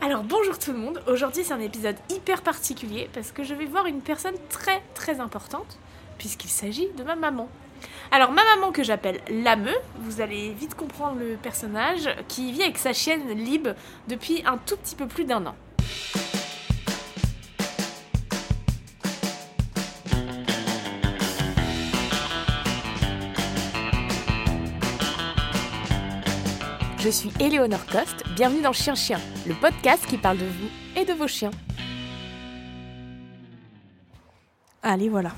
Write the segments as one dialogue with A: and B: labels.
A: Alors bonjour tout le monde, aujourd'hui c'est un épisode hyper particulier parce que je vais voir une personne très très importante puisqu'il s'agit de ma maman. Alors ma maman que j'appelle Lameux, vous allez vite comprendre le personnage qui vit avec sa chienne Lib depuis un tout petit peu plus d'un an. Je suis Éléonore Coste, bienvenue dans Chien Chien, le podcast qui parle de vous et de vos chiens. Allez, voilà.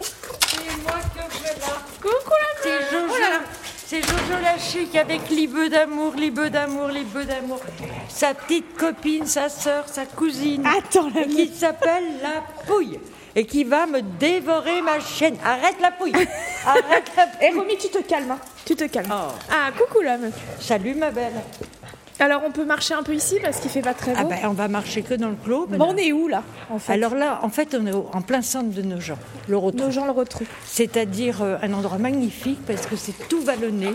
B: C'est moi que je là.
A: Coucou là
B: C'est Jojo.
A: Oh là là.
B: C'est Jojo la chic avec l'ibeu d'amour, l'ibeu d'amour, l'ibeu d'amour. Sa petite copine, sa sœur, sa cousine.
A: Attends, la
B: Et qui s'appelle la pouille. Et qui va me dévorer ma chaîne. Arrête la pouille. Arrête la pouille.
A: Eh, Romy, tu te calmes, hein. tu te calmes.
B: Oh.
A: Ah, coucou la meuf.
B: Salut ma belle.
A: Alors, on peut marcher un peu ici parce qu'il fait pas très beau.
B: Ah ben on va marcher que dans le clos.
A: Bon,
B: madame.
A: on est où là, en fait
B: Alors là, en fait, on est au- en plein centre de nos gens, le retour.
A: Nos gens le retrouvent.
B: c'est-à-dire euh, un endroit magnifique parce que c'est tout vallonné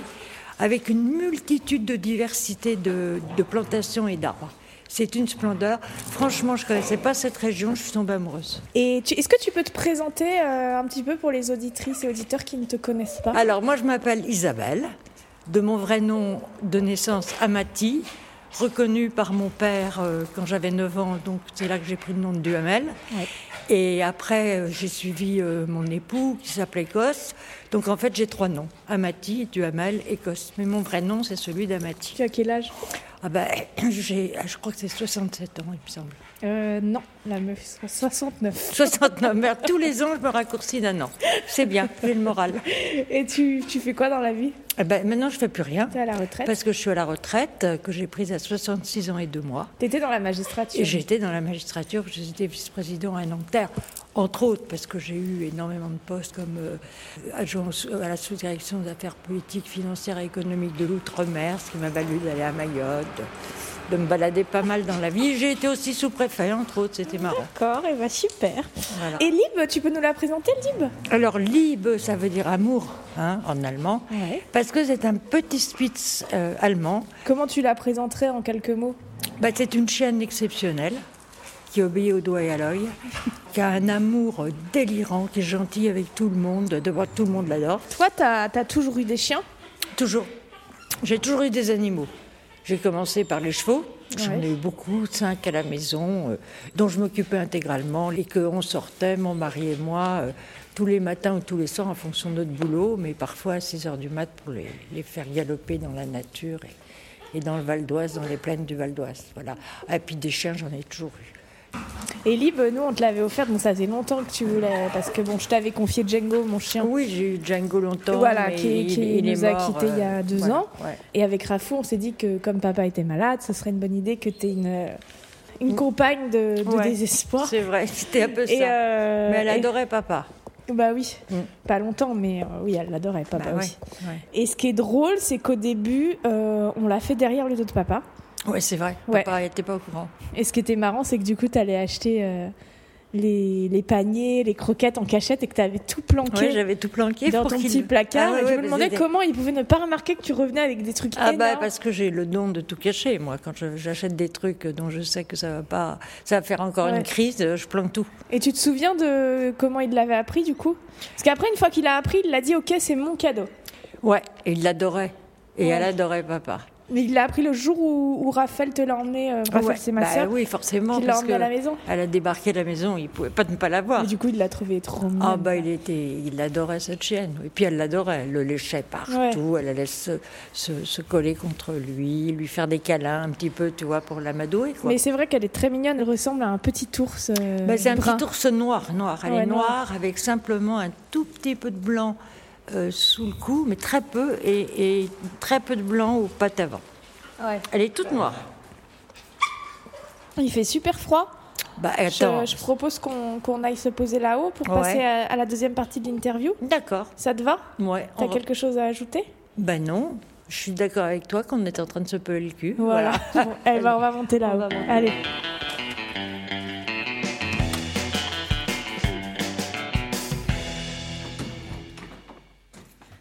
B: avec une multitude de diversité de, de plantations et d'arbres. C'est une splendeur. Franchement, je ne connaissais pas cette région, je suis tombée amoureuse.
C: Et tu- est-ce que tu peux te présenter euh, un petit peu pour les auditrices et auditeurs qui ne te connaissent pas
B: Alors, moi, je m'appelle Isabelle, de mon vrai nom de naissance Amati, reconnue par mon père euh, quand j'avais 9 ans, donc c'est là que j'ai pris le nom de Duhamel. Et après, euh, j'ai suivi euh, mon époux qui s'appelait Cos. Donc, en fait, j'ai trois noms Amati, Duhamel et Cos. Mais mon vrai nom, c'est celui d'Amati.
C: Tu as quel âge
B: Ah ben, j'ai- je crois que c'est 67 ans, il me semble.
C: euh, Non, la meuf, so- 69.
B: 69, merde, tous les ans, je me raccourcis d'un an. C'est bien, j'ai le moral.
C: Et tu, tu fais quoi dans la vie Bah,
B: Ah ben, maintenant, je fais plus rien.
C: T'es à la retraite
B: Parce que je suis à la retraite, euh, que j'ai prise à 66 ans et 2 mois.
C: T'étais dans la magistrature
B: Et j'étais dans la magistrature, j'étais vice-président à Nanterre, entre autres parce que j'ai eu énormément de postes comme euh, adjoint sous- à la sous-direction des affaires politiques, financières et économiques de l'outre-mer, ce qui m'a valu d'aller à Mayotte, de me balader pas mal dans la vie. J'ai été aussi sous-préfet, entre autres, c'était marrant.
C: D'accord, et bah super.
B: Voilà.
C: Et Lib, tu peux nous la présenter, Lib
B: Alors, Liebe, ça veut dire amour hein, en allemand,
C: Ouais.
B: parce que c'est un petit spitz euh, allemand
C: Comment tu la présenterais en quelques mots
B: Bah, c'est une chienne exceptionnelle qui obéit au doigt et à l'œil, qui a un amour délirant, qui est gentille avec tout le monde. D'abord, tout le monde l'adore.
C: Toi, t'as as toujours eu des chiens
B: Toujours. J'ai toujours eu des animaux. J'ai commencé par les chevaux. J'en
C: Ouais.
B: ai eu beaucoup, cinq à la maison, euh, dont je m'occupais intégralement. Et qu'on sortait, mon mari et moi, euh, tous les matins ou tous les soirs en fonction de notre boulot, mais parfois à 6 heures du mat pour les, les faire galoper dans la nature et, et dans le Val d'Oise, dans les plaines du Val d'Oise. Voilà. Et puis des chiens, j'en ai toujours eu.
C: Et Lib, nous, on te l'avait offerte, donc ça faisait longtemps que tu voulais, parce que bon, je t'avais confié Django, mon chien.
B: Oui, j'ai eu Django longtemps.
C: Voilà,
B: mais
C: qui-
B: il-
C: qui
B: il est
C: nous a
B: mort, euh,
C: quittés il y a deux
B: voilà,
C: ans.
B: ouais.
C: Et avec Rafou, on s'est dit que comme papa était malade, ce serait une bonne idée que tu aies une, euh, une compagne de, de
B: Ouais.
C: désespoir.
B: C'est vrai, c'était un peu
C: Et,
B: ça.
C: euh,
B: Mais elle
C: et-
B: adorait papa.
C: Bah oui,
B: Mm.
C: pas longtemps, mais euh, oui, elle l'adorait,
B: Bah
C: papa
B: ouais,
C: aussi.
B: ouais.
C: Et ce qui est drôle, c'est qu'au début, euh, on l'a fait derrière le dos de papa.
B: Ouais, c'est vrai.
C: Ouais.
B: Papa n'était pas au courant.
C: Et ce qui était marrant, c'est que du coup, t'allais acheter euh, les, les paniers, les croquettes en cachette et que t'avais tout
B: Ouais,
C: planqué
B: j'avais tout planqué
C: dans
B: pour
C: ton
B: qu'il-
C: petit placard.
B: Ah ouais,
C: et je
B: ouais,
C: me
B: mais
C: demandais
B: c'était-
C: comment il pouvait ne pas remarquer que tu revenais avec des trucs
B: Ah bah
C: énormes.
B: parce que j'ai le don de tout cacher moi quand je- j'achète des trucs dont je sais que ça va pas ça va faire encore
C: Ouais.
B: une crise euh, je planque tout.
C: Et tu te souviens de comment il l'avait appris du coup Parce qu'après, une fois qu'il a appris, il l'a dit Ok, c'est mon cadeau.
B: Ouais, et il l'adorait et
C: Ouais.
B: elle adorait papa.
C: Mais il l'a appris le jour où, où Raphaël te l'a emmené. euh, Raphaël,
B: Ouais.
C: c'est ma
B: Bah
C: sœur.
B: oui, forcément
C: qu'il l'a
B: parce
C: emmené
B: que
C: à la maison.
B: elle a débarqué à la maison, il pouvait pas ne pas la voir.
C: Et du coup, il l'a trouvé trop mignon.
B: Ah bah il était, il adorait cette chienne. Et puis elle l'adorait, elle le léchait partout, elle allait se, se, se coller contre lui, lui faire des câlins un petit peu, tu vois, pour l'amadouer. quoi.
C: Mais c'est vrai qu'elle est très mignonne. Elle ressemble à un petit ours. euh,
B: Bah, c'est un
C: brun.
B: petit ours noir, Ah noir. Elle
C: Ouais,
B: est noire
C: noir.
B: avec simplement un tout petit peu de blanc euh, sous le cou, mais très peu, et, et très peu de blanc aux pattes avant. Elle est toute noire.
C: Il fait super froid.
B: Bah
C: Je,
B: attends.
C: je propose qu'on qu'on aille se poser là-haut pour
B: Ouais.
C: passer à, à la deuxième partie de l'interview.
B: D'accord.
C: Ça te va
B: Ouais. on
C: T'as
B: va-
C: quelque chose à ajouter
B: Bah non. Je suis d'accord avec toi qu'on est en train de se peler le cul.
C: Voilà. Bon, eh ben, on va monter
B: On
C: là-haut.
B: va monter.
C: Allez.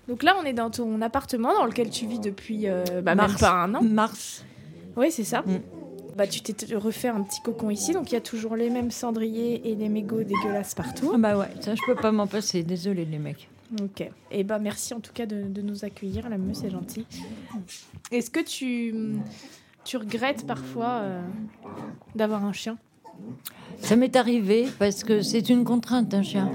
C: Donc là, on est dans ton appartement dans lequel tu vis depuis euh, bah, même
B: Mars.
D: bah,
C: pas un an.
B: Mars.
D: Oui, c'est ça.
B: Mm.
D: Bah, tu t'es refait un petit cocon ici, donc il y a toujours les mêmes cendriers et les mégots dégueulasses
B: Ah
D: partout.
B: bah ouais, ça je peux pas m'en passer, désolé les mecs.
C: Mm.
D: Ok. Et bah merci en tout cas de, de nous accueillir, la meuf, c'est gentil.
C: Est-ce que tu, tu regrettes parfois euh, d'avoir un chien
B: Ça m'est arrivé parce que c'est une contrainte un chien.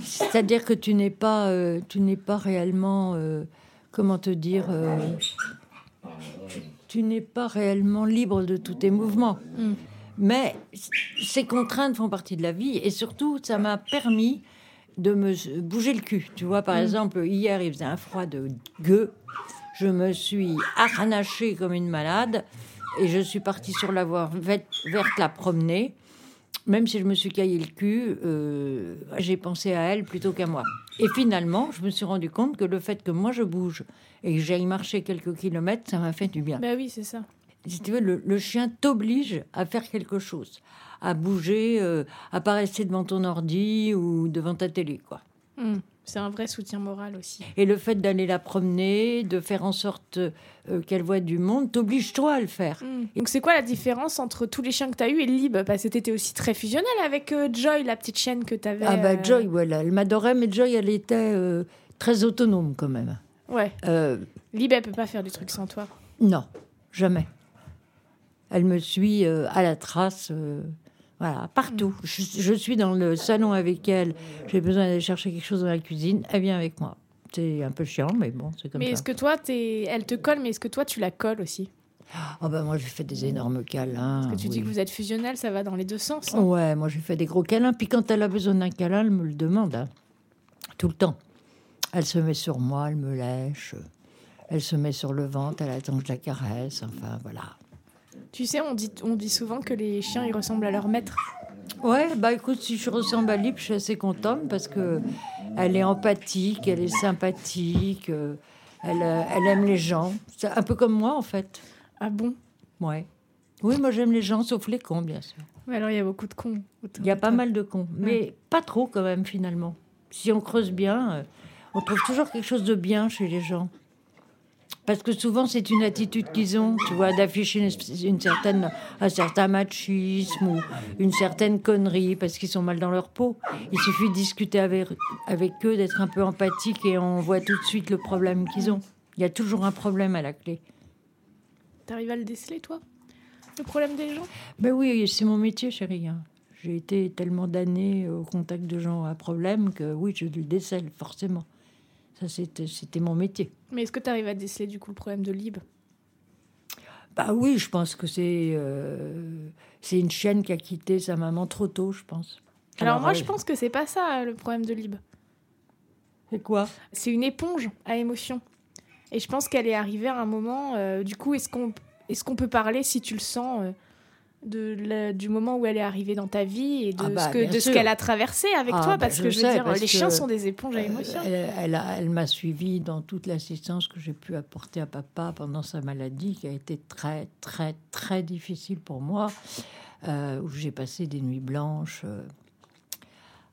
B: C'est-à-dire que tu n'es pas, euh, tu n'es pas réellement, euh, comment te dire, euh, tu n'es pas réellement libre de tous tes mouvements.
C: Mm.
B: Mais c- ces contraintes font partie de la vie et surtout ça m'a permis de me s- bouger le cul. Tu vois, par exemple, hier il faisait un froid de gueux. Je me suis harnachée comme une malade et je suis partie sur la voie verte verte la promener. Même si je me suis caillé le cul, euh, j'ai pensé à elle plutôt qu'à moi. Et finalement, je me suis rendu compte que le fait que moi je bouge et que j'aille marcher quelques kilomètres, ça m'a fait du bien.
C: Bah oui, c'est ça.
B: Si tu veux, le, le chien t'oblige à faire quelque chose, à bouger, euh, à pas rester devant ton ordi ou devant ta télé, quoi.
C: Mm. C'est un vrai soutien moral aussi.
B: Et le fait d'aller la promener, de faire en sorte euh, qu'elle voit du monde, t'oblige toi à le faire.
C: Donc c'est quoi la différence entre tous les chiens que t'as eu et Lib Parce que t'étais aussi très fusionnelle avec euh, Joy, la petite chienne que t'avais.
B: Ah bah
C: euh,
B: Joy, voilà, elle m'adorait, mais Joy, elle était euh, très autonome quand même.
C: Ouais.
B: Euh,
C: Lib, elle peut pas faire des trucs sans toi.
B: non, jamais. Elle me suit euh, à la trace, euh, voilà, partout. Je, je suis dans le salon avec elle, j'ai besoin d'aller chercher quelque chose dans la cuisine, elle vient avec moi. C'est un peu chiant, mais bon, c'est comme
C: mais
B: ça.
C: est-ce que toi, t'es... elle te colle, mais est-ce que toi, tu la colles aussi
B: Oh bah moi, j'ai fait des énormes câlins.
C: Parce que
B: oui.
C: tu dis que vous êtes fusionnelle, ça va dans les deux sens. hein.
B: Ouais, moi j'ai fait des gros câlins. Puis quand elle a besoin d'un câlin, elle me le demande. hein. Tout le temps. Elle se met sur moi, elle me lèche. Elle se met sur le ventre, elle attend que je la caresse. Enfin, voilà.
C: Tu sais, on dit, on dit souvent que les chiens, ils ressemblent à leur maître.
B: Ouais, bah écoute, si je ressemble à Lip, je suis assez contente parce que elle est empathique, elle est sympathique, euh, elle, euh, elle aime les gens. C'est un peu comme moi, en fait.
C: Ah bon
B: Ouais. Oui, moi j'aime les gens, sauf les cons, bien sûr.
C: Mais alors, il y a beaucoup de cons. autour
B: Il y a
C: de
B: pas
C: toi.
B: mal de cons, mais pas trop quand même finalement. Si on creuse bien, euh, on trouve toujours quelque chose de bien chez les gens. Parce que souvent c'est une attitude qu'ils ont, tu vois, d'afficher une, espèce- une certaine, un certain machisme ou une certaine connerie parce qu'ils sont mal dans leur peau. Il suffit de discuter avec, avec eux, d'être un peu empathique et on voit tout de suite le problème qu'ils ont. Il y a toujours un problème à la clé.
C: T'arrives à le déceler, toi Le problème des gens
B: Ben oui, c'est mon métier, chérie. hein. J'ai été tellement d'années au contact de gens à problème que oui, je le décèle, forcément. Ça, c'était c'était mon métier.
C: Mais est-ce que t'arrives à déceler, du coup, le problème de Lib
B: Bah oui, je pense que c'est euh, c'est une chienne qui a quitté sa maman trop tôt, je pense.
C: Alors, moi, je
B: euh,
C: pense que c'est pas ça, le problème de Lib.
B: C'est quoi
C: C'est une éponge à émotion. Et je pense qu'elle est arrivée à un moment. euh, du coup, est-ce qu'on est qu'on peut parler, si tu le sens, euh, de la- du moment où elle est arrivée dans ta vie et de
B: Ah bah,
C: ce que-
B: bien
C: de ce
B: sûr.
C: qu'elle a traversé avec
B: Ah
C: toi
B: bah,
C: Parce
B: je
C: que je veux
B: sais,
C: dire,
B: parce
C: les chiens
B: que-
C: sont des éponges à émotion.
B: Euh, Elle, elle a- elle m'a suivi dans toute l'assistance que j'ai pu apporter à papa pendant sa maladie, qui a été très, très, très difficile pour moi, euh, où j'ai passé des nuits blanches euh,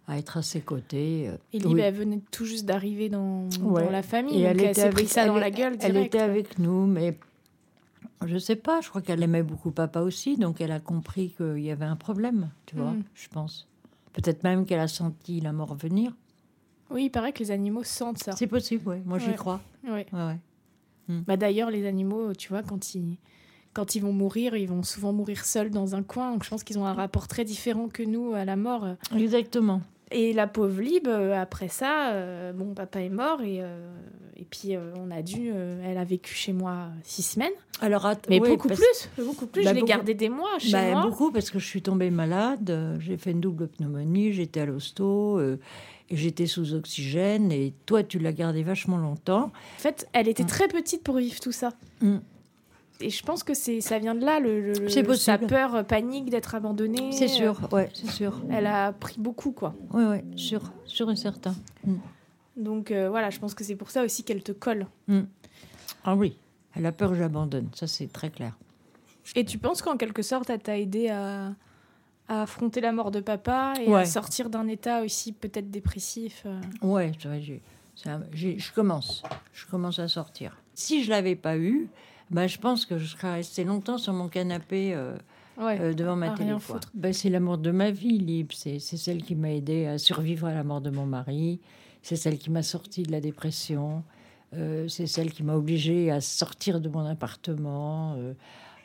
B: à être à ses côtés. euh.
C: Et Lib,
B: Oui.
C: elle venait tout juste d'arriver dans,
B: Ouais.
C: dans la famille.
B: Et
C: donc
B: elle
C: elle,
B: était
C: s'est pris
B: avec-
C: ça dans
B: elle-
C: la gueule
B: Elle
C: direct.
B: était avec nous, mais je sais pas, je crois qu'elle aimait beaucoup papa aussi, donc elle a compris qu'il y avait un problème, tu vois,
C: Mhm.
B: je pense. Peut-être même qu'elle a senti la mort venir.
C: Oui, il paraît que les animaux sentent ça.
B: C'est possible, oui, moi j'y
C: Bah. Ouais.
B: crois.
C: Ouais.
B: Ouais, ouais.
C: Bah, D'ailleurs, les animaux, tu vois, quand ils, quand ils vont mourir, ils vont souvent mourir seuls dans un coin. Donc je pense qu'ils ont un rapport très différent que nous à la mort.
B: Exactement.
C: Et la pauvre Lib, euh, après ça, euh, bon, papa est mort et, euh, et puis euh, on a dû. euh, elle a vécu chez moi six semaines,
B: Alors, att-
C: mais
B: oui,
C: beaucoup,
B: parce-
C: plus, beaucoup plus.
B: Bah,
C: Je l'ai
B: beaucoup-
C: gardée des mois chez
B: bah,
C: moi.
B: Beaucoup parce que je suis tombée malade, euh, j'ai fait une double pneumonie, j'étais à l'hosto euh, et j'étais sous oxygène. Et toi, tu l'as gardée vachement longtemps.
C: En fait, elle
B: Mmh.
C: était très petite pour vivre tout ça.
B: Mm.
C: Et je pense que c'est, ça vient de là, le, le-
B: C'est possible.
C: sa peur, euh, panique d'être abandonnée.
B: C'est sûr, ouais, euh, c'est sûr.
C: Euh, Elle a pris beaucoup, quoi.
B: Oui, oui, sûr, sûr et certain.
C: Donc euh, voilà, je pense que c'est pour ça aussi qu'elle te colle.
B: Ah oui, elle a peur que j'abandonne, ça c'est très clair.
C: Et tu penses qu'en quelque sorte, elle t'a aidé à, à affronter la mort de papa et à
B: Ouais.
C: sortir d'un état aussi peut-être dépressif euh.
B: Ouais, c'est vrai, j'ai- ça- j'ai- je commence, je commence à sortir. Si je l'avais pas eu, bah, je pense que je serais restée longtemps sur mon canapé euh,
C: Ouais.
B: euh, devant ma
C: à
B: télé.
C: rien
B: quoi.
C: foutre.
B: Bah, c'est l'amour de ma vie, Libre. C'est c'est celle qui m'a aidée à survivre à la mort de mon mari. C'est celle qui m'a sortie de la dépression. Euh, c'est celle qui m'a obligée à sortir de mon appartement, euh,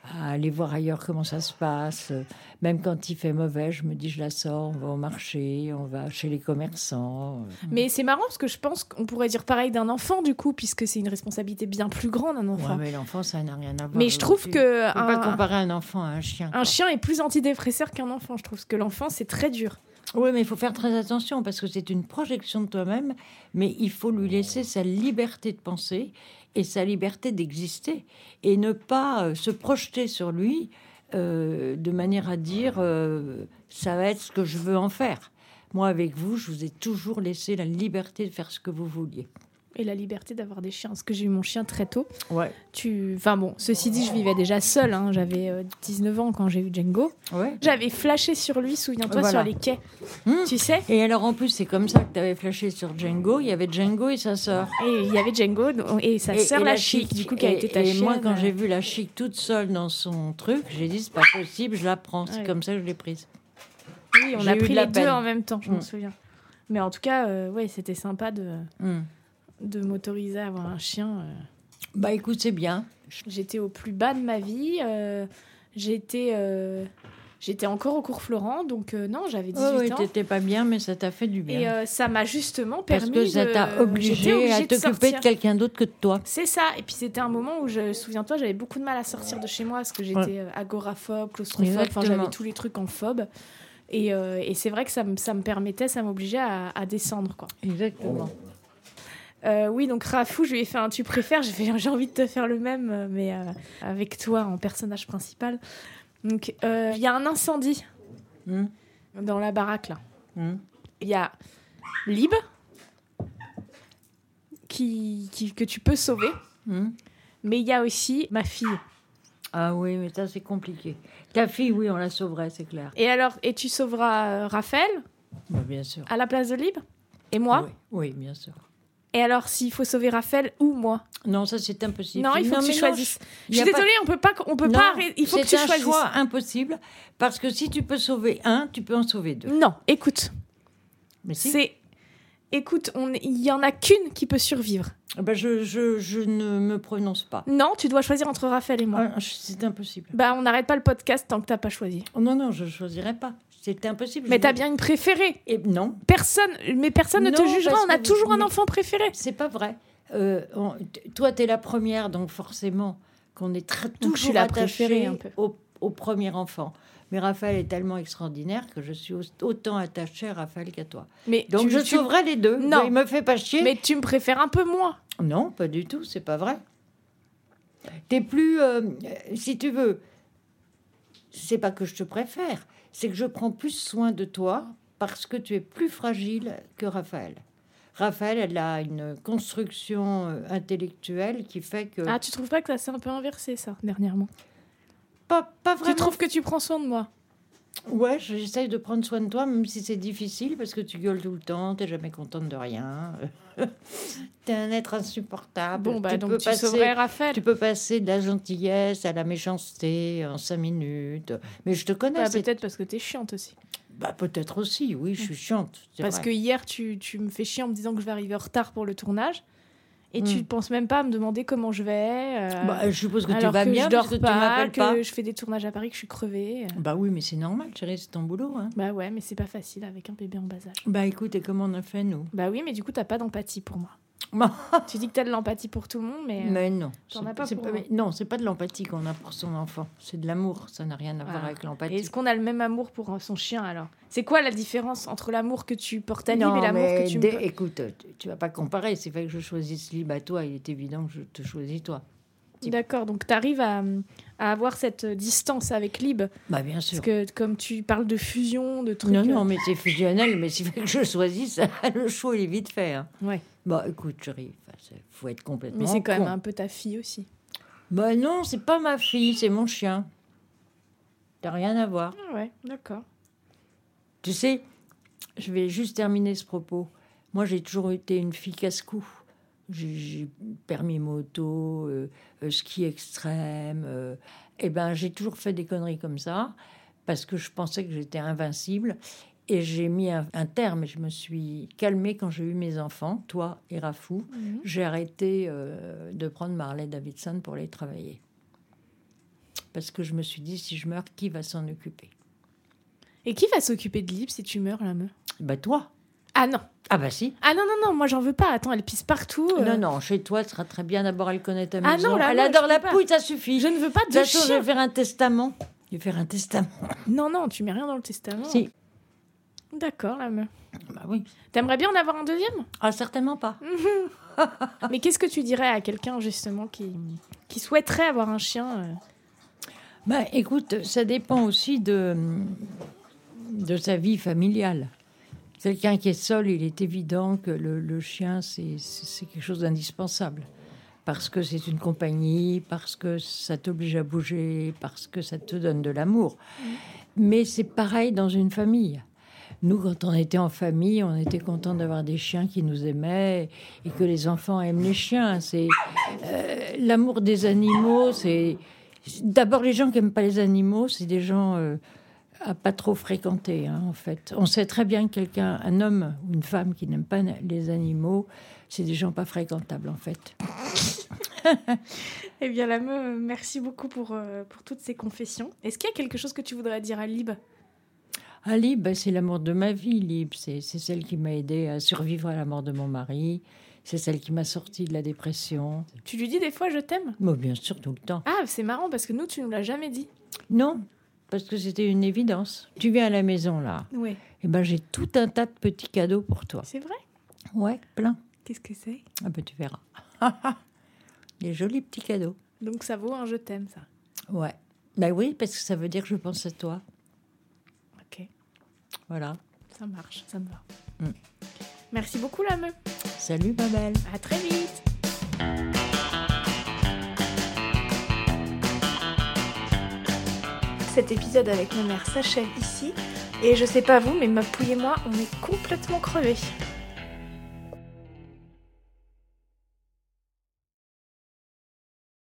B: à aller voir ailleurs comment ça se passe. Euh, Même quand il fait mauvais, je me dis je la sors, on va au marché, on va chez les commerçants. Euh,
C: Mais c'est marrant parce que je pense qu'on pourrait dire pareil d'un enfant du coup, puisque c'est une responsabilité bien plus grande un enfant.
B: ouais, mais l'enfant, ça n'a rien à voir.
C: mais je trouve
B: là-dessus.
C: que
B: On peut pas
C: un,
B: comparer un enfant à un chien.
C: un chien est plus antidépresseur qu'un enfant. Je trouve parce que l'enfant c'est très dur.
B: Oui, mais il faut faire très attention parce que c'est une projection de toi-même, mais il faut lui laisser sa liberté de penser et sa liberté d'exister et ne pas euh, se projeter sur lui euh, de manière à dire euh, ça va être ce que je veux en faire. Moi, avec vous, je vous ai toujours laissé la liberté de faire ce que vous vouliez.
C: Et la liberté d'avoir des chiens. Parce que j'ai eu mon chien très tôt.
B: Ouais,
C: Tu... Enfin bon, ceci dit, je vivais déjà seule. hein. J'avais euh, 19 ans quand j'ai eu Django.
B: ouais.
C: J'avais flashé sur lui, souviens-toi,
B: Voilà.
C: sur les quais.
B: Hmm.
C: Tu sais
B: Et alors, en plus, c'est comme ça que tu avais flashé sur Django. Il y avait Django et sa sœur.
C: Et il y avait Django donc- et sa
B: Et-
C: sœur,
B: et
C: la, chic, du coup, qui a
B: Et-
C: été ta euh
B: Et
C: chienne.
B: moi, quand j'ai vu la chic toute seule dans son truc, j'ai dit c'est pas possible, je la prends. C'est
C: Ah Ouais.
B: comme ça que je l'ai prise.
C: Oui, on
B: j'ai
C: a
B: eu
C: pris
B: de la
C: les deux
B: peine.
C: en même temps, je m'en
B: Mm.
C: souviens. Mais en tout cas, euh, ouais, c'était sympa de,
B: Hmm.
C: de m'autoriser à avoir un chien. euh.
B: Bah écoute, c'est bien.
C: J'étais au plus bas de ma vie. euh, J'étais. euh, J'étais encore au cours Florent, donc euh, non, j'avais 18
B: Oui,
C: ans.
B: t'étais pas bien, mais ça t'a fait du bien.
C: Et euh, ça m'a justement
B: Parce
C: permis
B: que ça
C: de-
B: t'a
C: j'étais
B: obligé
C: obligée
B: à
C: de
B: t'occuper de,
C: sortir.
B: quelqu'un d'autre que de toi.
C: C'est ça. Et puis c'était un moment où je souviens-toi, j'avais beaucoup de mal à sortir de chez moi parce que j'étais
B: Ouais.
C: euh, agoraphobe, claustrophobe. Enfin,
B: Exactement.
C: j'avais tous les trucs en phobe. Et, euh, et c'est vrai que ça me, ça me permettait, ça m'obligeait à, à descendre quoi.
B: Exactement.
C: Euh, oui, donc Rafou, je lui ai fait un tu préfères. J'ai fait, j'ai envie de te faire le même, euh, mais euh, avec toi en personnage principal. Donc euh, il y a un incendie
B: Hmm,
C: dans la baraque là.
B: hmm.
C: Il y a Lib qui, qui- que tu peux sauver,
B: Hmm.
C: mais il y a aussi ma fille.
B: Ah oui, mais ça c'est compliqué. Ta fille, oui, on la sauverait, c'est clair.
C: Et alors, et tu sauveras euh, Raphaël
B: Bah, bien sûr.
C: à la place de Lib et moi.
B: oui, oui, bien sûr.
C: Et alors, s'il faut sauver Raphaël ou moi
B: Non, ça c'est impossible.
C: Non, il faut que
B: mais
C: tu choisisses.
B: il
C: je
B: y a
C: suis
B: pas-
C: désolée, on peut pas, on peut
B: Non,
C: pas. arrêter- Il faut que tu
B: c'est un
C: choisisses.
B: choix impossible parce que si tu peux sauver un, tu peux en sauver deux.
C: Non, écoute,
B: Mais si.
C: c'est, écoute, on, il y en a qu'une qui peut survivre.
B: Ah bah, je, je- je ne me prononce pas.
C: Non, tu dois choisir entre Raphaël et moi.
B: Ah, je- c'est impossible.
C: Bah, on n'arrête pas le podcast tant que t'as pas choisi.
B: Oh non, non, je ne choisirai pas. C'est impossible.
C: Mais
B: Je-
C: t'as bien une préférée.
B: Eh, non,
C: Personne, mais personne ne te
B: Non,
C: jugera.
B: parce
C: On a
B: que-
C: toujours un
B: mais-
C: enfant préféré.
B: c'est pas vrai. Euh, on- t- toi, tu es la première, donc forcément qu'on est très, toujours
C: je suis la
B: attaché
C: préférée, un peu.
B: Au, au premier enfant. Mais Raphaël est tellement extraordinaire que je suis au- autant attachée à Raphaël qu'à toi.
C: Mais
B: Donc
C: tu-
B: je
C: tu-
B: sauverai les deux.
C: Non.
B: Il me fait pas chier.
C: Mais tu me préfères un peu moins.
B: Non, pas du tout, c'est pas vrai. T'es plus, euh, euh, si tu veux, c'est pas que je te préfère, c'est que je prends plus soin de toi parce que tu es plus fragile que Raphaël. Raphaël, elle a une construction euh, intellectuelle qui fait que
C: Ah, tu trouves pas que ça s'est un peu inversé ça dernièrement
B: pas, pas vraiment.
C: Tu trouves que tu prends soin de moi
B: Ouais, j'essaye de prendre soin de toi, même si c'est difficile parce que tu gueules tout le temps, t'es jamais contente de rien. t'es un être insupportable.
C: Bon, bah, donc
B: Ah, peux
C: tu
B: passer-
C: sauverais Raphaël.
B: Tu peux passer de la gentillesse à la méchanceté en cinq minutes. Mais je te connais.
C: Bah,
B: c'est-
C: peut-être parce que t'es chiante aussi.
B: Bah, peut-être aussi, oui, je suis chiante. c'est
C: Parce
B: vrai.
C: que hier, tu, tu me fais chier en me disant que je vais arriver en retard pour le tournage. Et tu
B: Mm.
C: penses même pas à me demander comment je vais. euh,
B: Bah, je suppose que tu
C: alors
B: vas
C: que
B: bien
C: je dors
B: parce que
C: pas,
B: tu m'appelles
C: que
B: pas.
C: je fais des tournages à Paris, que je suis crevée. euh.
B: Bah oui, mais c'est normal, chérie, c'est ton boulot. Hein.
C: Bah ouais, mais c'est pas facile avec un bébé en bas âge.
B: Bah écoute, et comment on a fait, nous
C: Bah oui, mais du coup, t'as pas d'empathie pour moi.
B: Bah,
C: tu dis que t'as de l'empathie pour tout le monde, mais. euh,
B: Mais non.
C: t'en
B: c'est-
C: as pas
B: c'est
C: pour moi.
B: mais Non, c'est pas de l'empathie qu'on a pour son enfant. C'est de l'amour. Ça n'a rien à voir
C: Ah.
B: avec
C: et
B: l'empathie.
C: Est-ce qu'on a le même amour pour euh, son chien alors C'est quoi la différence entre l'amour que tu portes à Lib
B: Non,
C: et l'amour
B: mais
C: que tu me
B: dès-
C: portes
B: Écoute, tu- tu vas pas comparer. C'est vrai que je choisisse Lib à bah, toi. Il est évident que je te choisis toi.
C: D'accord, donc t'arrives à, à avoir cette distance avec Lib.
B: Bah bien sûr.
C: Parce que comme tu parles de fusion, de trucs. euh,
B: Non, non, mais c'est fusionnel, mais s'il fait que je choisisse, le choix, il est vite fait. hein.
C: euh, ouais.
B: Bah écoute, chérie, enfin, c'est- faut être complètement.
C: Mais c'est quand même
B: con.
C: un peu ta fille aussi.
B: Bah non, c'est pas ma fille, c'est mon chien. T'as rien à voir.
C: Ah Ouais, d'accord.
B: Tu sais, je vais juste terminer ce propos. Moi, j'ai toujours été une fille casse-cou. J'ai- J'ai permis moto, euh, euh, ski extrême. euh. Eh ben, j'ai toujours fait des conneries comme ça parce que je pensais que j'étais invincible. Et j'ai mis un, un terme. Je me suis calmée quand j'ai eu mes enfants, toi et Rafou.
C: Mhm.
B: J'ai arrêté euh, de prendre Marley Davidson pour aller travailler. Parce que je me suis dit, si je meurs, qui va s'en occuper
C: Et qui va s'occuper de Lib si tu meurs, la meuf
B: Bah toi
C: Ah non
B: Ah bah si
C: Ah non, non, non, moi j'en veux pas. Attends, elle pisse partout. euh.
B: Non, non, chez toi, elle sera très bien. D'abord, elle connaît ta
C: Ah
B: maison.
C: non, là,
B: elle
C: non,
B: adore
C: je
B: la
C: peux pas.
B: pouille, ça suffit.
C: Je ne veux pas
B: De
C: de
B: toute façon, je
C: chien.
B: vais faire un testament. Je vais faire un testament.
C: Non, non, tu mets rien dans le testament.
B: Si.
C: D'accord, la meuf.
B: Bah oui.
C: T'aimerais bien en avoir un deuxième
B: Ah, certainement pas. Ah.
C: Mais qu'est-ce que tu dirais à quelqu'un justement qui, qui souhaiterait avoir un chien euh
B: Bah écoute, ça dépend aussi de, de sa vie familiale. Quelqu'un qui est seul, il est évident que le, le chien, c'est- c'est c'est quelque chose d'indispensable. Parce que c'est une compagnie, parce que ça t'oblige à bouger, parce que ça te donne de l'amour. Mais c'est pareil dans une famille. Nous, quand on était en famille, on était content d'avoir des chiens qui nous aimaient et que les enfants aiment les chiens. C'est euh, l'amour des animaux. C'est d'abord les gens qui n'aiment pas les animaux, c'est des gens euh, à pas trop fréquenter. hein, en fait, on sait très bien que quelqu'un, un homme ou une femme qui n'aime pas les animaux, c'est des gens pas fréquentables. En fait,
C: Eh bien, la meuf, merci beaucoup pour, euh, pour toutes ces confessions. Est-ce qu'il y a quelque chose que tu voudrais dire à Lib
B: Ali, ben, c'est l'amour de ma vie. Lib, c'est c'est celle qui m'a aidé à survivre à la mort de mon mari. C'est celle qui m'a sorti de la dépression.
C: Tu lui dis des fois je t'aime
B: Moi, bien sûr, tout le temps.
C: Ah, c'est marrant parce que nous, tu nous l'as jamais dit.
B: Non, parce que c'était une évidence. Tu viens à la maison là,
C: Oui.
B: et ben j'ai tout un tas de petits cadeaux pour toi.
C: C'est vrai
B: Ouais, plein.
C: Qu'est-ce que c'est
B: Ah ben tu verras. Des jolis petits cadeaux.
C: Donc ça vaut un je t'aime, ça.
B: Ouais. Ben oui, parce que ça veut dire que je pense à toi.
C: Ok,
B: Voilà.
C: ça marche, ça me va.
B: Mm.
C: Merci beaucoup, la meuf.
B: Salut, ma belle.
C: À très vite
A: Cet épisode avec ma mère s'achève ici. Et je sais pas vous, mais ma pouille et moi, on est complètement crevés.